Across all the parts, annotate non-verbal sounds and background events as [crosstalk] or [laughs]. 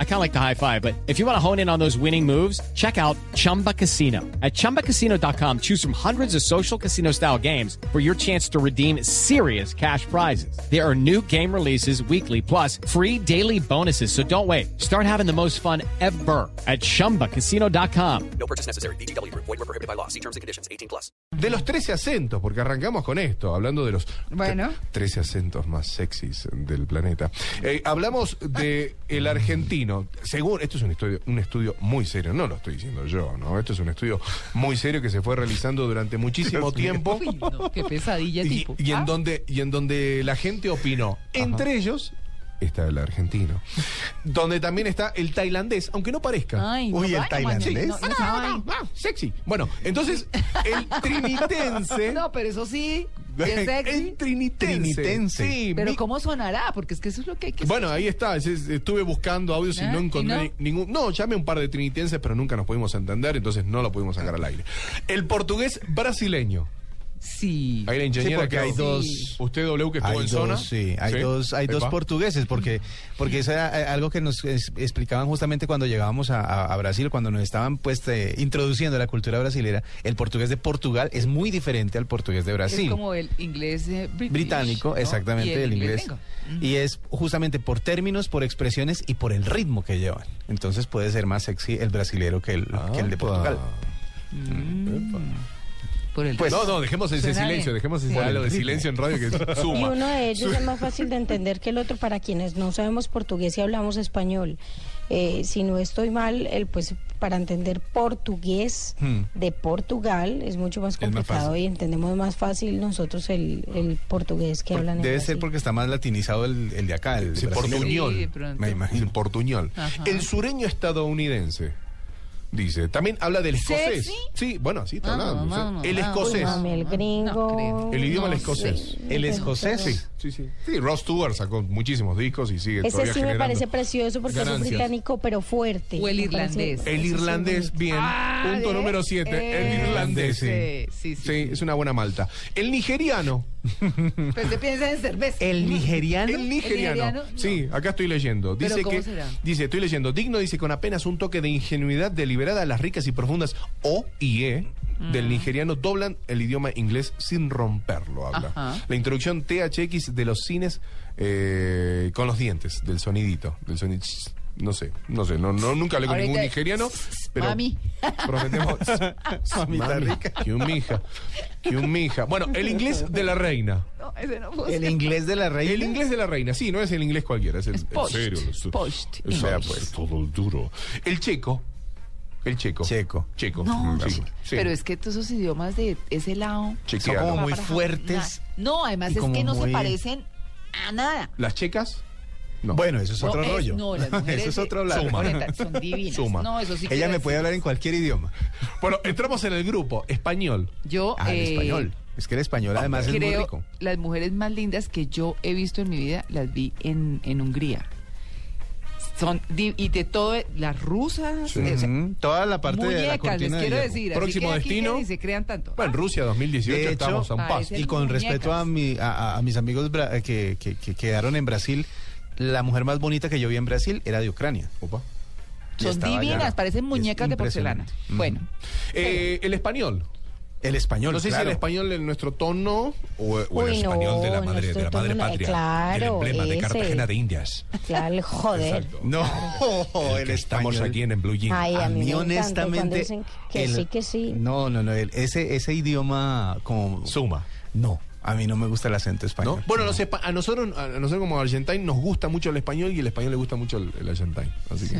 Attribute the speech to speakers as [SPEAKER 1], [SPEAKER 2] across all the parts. [SPEAKER 1] I kind of like the high five, but if you want to hone in on those winning moves, check out Chumba Casino. At chumbacasino.com, choose from hundreds of social casino style games for your chance to redeem serious cash prizes. There are new game releases weekly, plus free daily bonuses. So don't wait. Start having the most fun ever at chumbacasino.com.
[SPEAKER 2] No purchase necessary. BGW. Void were prohibited by law. See terms and conditions. 18 plus.
[SPEAKER 3] De los 13 acentos, porque arrancamos con esto, hablando de los tre-
[SPEAKER 4] Bueno.
[SPEAKER 3] 13 acentos más sexys del planeta. Eh, hablamos de el argentino. Según, esto es un estudio, un estudio muy serio, no lo estoy diciendo yo, ¿no? Esto es un estudio muy serio que se fue realizando durante muchísimo tiempo.
[SPEAKER 4] Uy, no, qué pesadilla
[SPEAKER 3] Y,
[SPEAKER 4] tipo.
[SPEAKER 3] y en
[SPEAKER 4] Ah,
[SPEAKER 3] donde, y en donde la gente opinó. Entre ellos está el
[SPEAKER 4] [laughs]
[SPEAKER 3] argentino. Donde también está el tailandés, aunque no parezca.
[SPEAKER 4] Ay,
[SPEAKER 5] Uy,
[SPEAKER 4] no,
[SPEAKER 5] el
[SPEAKER 4] vaya,
[SPEAKER 5] tailandés.
[SPEAKER 4] man, no, no,
[SPEAKER 3] Ah,
[SPEAKER 4] no,
[SPEAKER 3] no, no, ah, sexy. Bueno, entonces el
[SPEAKER 4] [laughs]
[SPEAKER 3] trinitense.
[SPEAKER 4] No, pero eso
[SPEAKER 5] [laughs]
[SPEAKER 4] sí, bien
[SPEAKER 3] El
[SPEAKER 4] sexy.
[SPEAKER 3] trinitense.
[SPEAKER 5] Trinitense.
[SPEAKER 3] Sí,
[SPEAKER 4] Pero
[SPEAKER 3] mi-
[SPEAKER 4] ¿cómo sonará? Porque es que eso es lo que hay que
[SPEAKER 3] Bueno, ahí está. es- es- Estuve buscando audios y
[SPEAKER 4] Ah,
[SPEAKER 3] no
[SPEAKER 4] ¿y
[SPEAKER 3] encontré
[SPEAKER 4] no?
[SPEAKER 3] ni- ningún. No, llamé a un par de trinitenses, pero nunca nos pudimos entender, entonces no lo pudimos sacar al aire. El portugués brasileño.
[SPEAKER 4] Sí.
[SPEAKER 3] Ahí la ingeniera
[SPEAKER 5] porque
[SPEAKER 3] que
[SPEAKER 5] hay
[SPEAKER 4] dos-
[SPEAKER 3] Usted, W, que estuvo
[SPEAKER 5] Hay
[SPEAKER 3] en
[SPEAKER 5] dos,
[SPEAKER 3] zona.
[SPEAKER 5] sí, hay
[SPEAKER 3] Sí,
[SPEAKER 5] dos, hay dos
[SPEAKER 3] epa.
[SPEAKER 5] portugueses, porque, porque eso era eh, algo que nos es- explicaban justamente cuando llegábamos a, a- a Brasil, cuando nos estaban pues eh, introduciendo a la cultura brasilera. El portugués de Portugal es muy diferente al portugués de
[SPEAKER 4] Es
[SPEAKER 5] Brasil.
[SPEAKER 4] como el inglés eh, British,
[SPEAKER 5] británico,
[SPEAKER 4] ¿no?
[SPEAKER 5] exactamente,
[SPEAKER 4] Y
[SPEAKER 5] el, inglés.
[SPEAKER 4] gringo.
[SPEAKER 5] Y es justamente por términos, por expresiones y por el ritmo que llevan. Entonces puede ser más sexy el brasilero que el, que el de
[SPEAKER 3] Apa.
[SPEAKER 5] Portugal.
[SPEAKER 4] Mm. Por el
[SPEAKER 5] Pues,
[SPEAKER 3] No, no, dejemos ese
[SPEAKER 4] Suena
[SPEAKER 3] silencio,
[SPEAKER 4] bien.
[SPEAKER 3] dejemos
[SPEAKER 4] Sí.
[SPEAKER 3] ese
[SPEAKER 5] Por el
[SPEAKER 3] lo de
[SPEAKER 5] ritmo.
[SPEAKER 3] silencio en radio [laughs] que
[SPEAKER 6] Y
[SPEAKER 3] suma.
[SPEAKER 6] uno de ellos es más fácil de entender que el otro para quienes no sabemos portugués y hablamos español. Eh, si no estoy mal, el, pues para entender portugués
[SPEAKER 5] Hmm.
[SPEAKER 6] de Portugal es mucho más
[SPEAKER 5] Es más
[SPEAKER 6] complicado
[SPEAKER 5] fácil.
[SPEAKER 6] y entendemos más fácil nosotros el, el portugués que
[SPEAKER 5] Por-
[SPEAKER 6] hablan en
[SPEAKER 5] debe ser
[SPEAKER 6] Brasil.
[SPEAKER 5] porque está más latinizado el, el de acá, el
[SPEAKER 3] Sí,
[SPEAKER 5] de Brasil.
[SPEAKER 3] portuñol.
[SPEAKER 4] Sí, de pronto.
[SPEAKER 5] Me imagino.
[SPEAKER 3] El portuñol.
[SPEAKER 4] Ajá.
[SPEAKER 3] El sureño estadounidense. Dice, también habla del escocés.
[SPEAKER 4] ¿Sexy?
[SPEAKER 3] Sí, bueno, así está
[SPEAKER 4] Vamos,
[SPEAKER 3] hablando. o sea,
[SPEAKER 4] vamos,
[SPEAKER 3] el
[SPEAKER 4] vamos.
[SPEAKER 6] Uy,
[SPEAKER 3] escocés.
[SPEAKER 6] mami, el
[SPEAKER 4] Ah, No, no
[SPEAKER 6] gringo.
[SPEAKER 4] creo.
[SPEAKER 3] el idioma
[SPEAKER 4] No
[SPEAKER 3] del escocés.
[SPEAKER 4] sé.
[SPEAKER 5] ¿El escocés?
[SPEAKER 3] Sí, sí, sí. Sí, Ross Stewart sacó muchísimos discos y sigue
[SPEAKER 6] Ese
[SPEAKER 3] todavía
[SPEAKER 6] sí me
[SPEAKER 3] generando
[SPEAKER 6] parece precioso porque es un
[SPEAKER 3] ganancias.
[SPEAKER 6] británico, pero fuerte.
[SPEAKER 4] O el
[SPEAKER 6] Me parece-
[SPEAKER 3] El
[SPEAKER 4] irlandés.
[SPEAKER 6] ese sí es
[SPEAKER 3] irlandés,
[SPEAKER 6] bonito.
[SPEAKER 3] bien.
[SPEAKER 4] Ah,
[SPEAKER 3] Punto
[SPEAKER 4] ¿ves?
[SPEAKER 3] número 7.
[SPEAKER 4] Eh,
[SPEAKER 3] el irlandés.
[SPEAKER 4] sí, sí, sí,
[SPEAKER 3] Sí,
[SPEAKER 4] sí.
[SPEAKER 3] es una buena malta. El nigeriano.
[SPEAKER 4] Pues se piensa en cerveza.
[SPEAKER 5] El nigeriano.
[SPEAKER 3] El nigeriano.
[SPEAKER 4] ¿El nigeriano?
[SPEAKER 3] Sí, acá estoy leyendo.
[SPEAKER 4] ¿Pero
[SPEAKER 3] Dice
[SPEAKER 4] cómo
[SPEAKER 3] que
[SPEAKER 4] será?
[SPEAKER 3] dice, estoy leyendo, digno dice con apenas un toque de ingenuidad deliberada las ricas y profundas O y E
[SPEAKER 4] Mm.
[SPEAKER 3] del nigeriano doblan el idioma inglés sin romperlo, habla.
[SPEAKER 4] Ajá.
[SPEAKER 3] La introducción THX de los cines eh, con los dientes, del sonidito, del sonido. No sé, no sé, no, no, nunca hablé con
[SPEAKER 4] Ahorita-
[SPEAKER 3] ningún nigeriano, pero
[SPEAKER 4] Mami.
[SPEAKER 3] [laughs]
[SPEAKER 4] [laughs]
[SPEAKER 3] prometemos.
[SPEAKER 5] Mamita
[SPEAKER 3] Mami,
[SPEAKER 5] rica.
[SPEAKER 3] Que un mija, que un mija. Bueno, el inglés de la reina.
[SPEAKER 4] No, ese no
[SPEAKER 5] El
[SPEAKER 4] funciona.
[SPEAKER 5] inglés de la reina.
[SPEAKER 3] El inglés de la reina, sí, no es el inglés cualquiera, es el
[SPEAKER 4] Es post,
[SPEAKER 3] el serio, los-
[SPEAKER 4] post
[SPEAKER 3] o sea,
[SPEAKER 4] inglés.
[SPEAKER 3] pues, todo el duro. El checo. El checo.
[SPEAKER 5] Checo.
[SPEAKER 3] Checo.
[SPEAKER 4] No.
[SPEAKER 3] sí, sí.
[SPEAKER 4] Pero es que todos esos idiomas de ese lado.
[SPEAKER 5] Son
[SPEAKER 3] Chequealo.
[SPEAKER 5] como muy
[SPEAKER 4] Para-
[SPEAKER 5] fuertes.
[SPEAKER 4] na- No, además
[SPEAKER 5] Y
[SPEAKER 4] es
[SPEAKER 5] como
[SPEAKER 4] que no se
[SPEAKER 5] muy-
[SPEAKER 4] parecen a nada.
[SPEAKER 3] ¿Las checas? No.
[SPEAKER 5] Bueno, eso es
[SPEAKER 4] No,
[SPEAKER 5] otro
[SPEAKER 4] es-
[SPEAKER 5] rollo.
[SPEAKER 4] No,
[SPEAKER 5] [laughs]
[SPEAKER 4] las mujeres
[SPEAKER 5] eso es
[SPEAKER 4] de-
[SPEAKER 5] otro lado.
[SPEAKER 3] Suma.
[SPEAKER 4] Son, [laughs] son divinas.
[SPEAKER 3] Suma.
[SPEAKER 4] No, eso sí
[SPEAKER 5] Ella
[SPEAKER 4] quiero
[SPEAKER 5] me
[SPEAKER 4] decir.
[SPEAKER 5] puede hablar en cualquier idioma.
[SPEAKER 3] Bueno, entramos en el grupo español.
[SPEAKER 4] Yo
[SPEAKER 5] Ah, el
[SPEAKER 4] eh,
[SPEAKER 5] español. Es que el español además es muy
[SPEAKER 4] creo
[SPEAKER 5] rico.
[SPEAKER 4] las mujeres más lindas que yo he visto en mi vida las vi en, en Hungría. Son di- y de todo las rusas,
[SPEAKER 3] Sí.
[SPEAKER 4] eh, o sea,
[SPEAKER 5] Ujú, Toda la parte de la
[SPEAKER 4] muñecas, les
[SPEAKER 5] cortina de
[SPEAKER 4] quiero
[SPEAKER 5] hierro.
[SPEAKER 4] decir. así
[SPEAKER 3] Próximo
[SPEAKER 4] que aquí
[SPEAKER 3] destino.
[SPEAKER 4] que ni se crean tanto.
[SPEAKER 3] Bueno, en Rusia 2018
[SPEAKER 5] De
[SPEAKER 3] estamos a
[SPEAKER 5] hecho,
[SPEAKER 3] un paso.
[SPEAKER 4] parece-
[SPEAKER 5] y con
[SPEAKER 4] muñecas.
[SPEAKER 5] respeto a, mi, a- a, a mis amigos bra- eh, que, que- que quedaron en Brasil, la mujer más bonita que yo vi en Brasil era de Ucrania.
[SPEAKER 3] Opa.
[SPEAKER 5] Y
[SPEAKER 4] Son
[SPEAKER 5] estaba
[SPEAKER 4] divinas,
[SPEAKER 5] allá.
[SPEAKER 4] parecen
[SPEAKER 5] Es
[SPEAKER 4] muñecas de porcelana.
[SPEAKER 5] impresionante. Ujú.
[SPEAKER 4] Bueno,
[SPEAKER 3] Eh, el español.
[SPEAKER 5] El español.
[SPEAKER 3] No sé si
[SPEAKER 5] claro.
[SPEAKER 3] el español en nuestro tono o, o el
[SPEAKER 6] Uy, no,
[SPEAKER 3] español de la madre,
[SPEAKER 6] nuestro
[SPEAKER 3] de la madre
[SPEAKER 6] tono, eh,
[SPEAKER 3] patria.
[SPEAKER 6] claro,
[SPEAKER 3] el emblema de
[SPEAKER 6] ese.
[SPEAKER 3] Cartagena de Indias.
[SPEAKER 6] Claro, joder.
[SPEAKER 3] Exacto.
[SPEAKER 5] No, el,
[SPEAKER 3] El que
[SPEAKER 5] español.
[SPEAKER 3] estamos aquí en, en Blue Jean.
[SPEAKER 6] Ay,
[SPEAKER 5] A mí,
[SPEAKER 6] me encanta cuando
[SPEAKER 5] honestamente.
[SPEAKER 6] dicen que
[SPEAKER 5] el-
[SPEAKER 6] sí, que sí.
[SPEAKER 5] No, no, no. el- ese, ese idioma como.
[SPEAKER 3] Suma.
[SPEAKER 5] No, a mí no me gusta el
[SPEAKER 3] ¿no?
[SPEAKER 5] acento español.
[SPEAKER 3] Bueno, los espa- a, nosotros, a nosotros como argentines nos gusta mucho el español y el español le gusta mucho el, el argentine. Así que,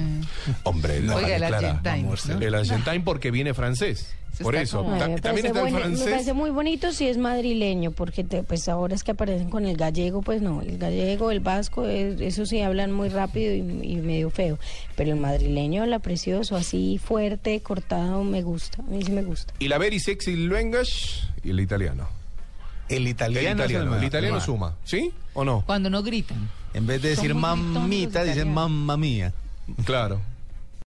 [SPEAKER 3] hombre, la
[SPEAKER 4] Oiga,
[SPEAKER 3] madre
[SPEAKER 4] el
[SPEAKER 3] clara,
[SPEAKER 4] argentine,
[SPEAKER 3] vamos,
[SPEAKER 4] ¿no?
[SPEAKER 3] el argentine porque viene francés.
[SPEAKER 4] Se
[SPEAKER 3] por
[SPEAKER 4] está
[SPEAKER 3] eso.
[SPEAKER 4] como-
[SPEAKER 6] Ay,
[SPEAKER 3] Ta-
[SPEAKER 6] me,
[SPEAKER 3] también
[SPEAKER 6] parece
[SPEAKER 3] está el
[SPEAKER 6] bueno- me
[SPEAKER 3] francés.
[SPEAKER 6] parece muy bonito si es madrileño, porque te- pues ahora es que aparecen con el gallego, pues no, el gallego, el vasco, es- eso sí hablan muy rápido y, y medio feo, pero el madrileño habla precioso, así fuerte, cortado, me gusta, a mí sí me gusta.
[SPEAKER 3] Y la very sexy language y el italiano.
[SPEAKER 5] el
[SPEAKER 3] El
[SPEAKER 5] italiano. es
[SPEAKER 3] italiano,
[SPEAKER 5] ma-
[SPEAKER 3] el italiano
[SPEAKER 5] ma-
[SPEAKER 3] suma, ¿sí o no?
[SPEAKER 4] cuando no gritan.
[SPEAKER 5] En vez de
[SPEAKER 4] Son
[SPEAKER 5] decir
[SPEAKER 4] muy gritones los
[SPEAKER 5] mamita, dicen
[SPEAKER 4] italianos.
[SPEAKER 5] mamma mía.
[SPEAKER 3] Claro.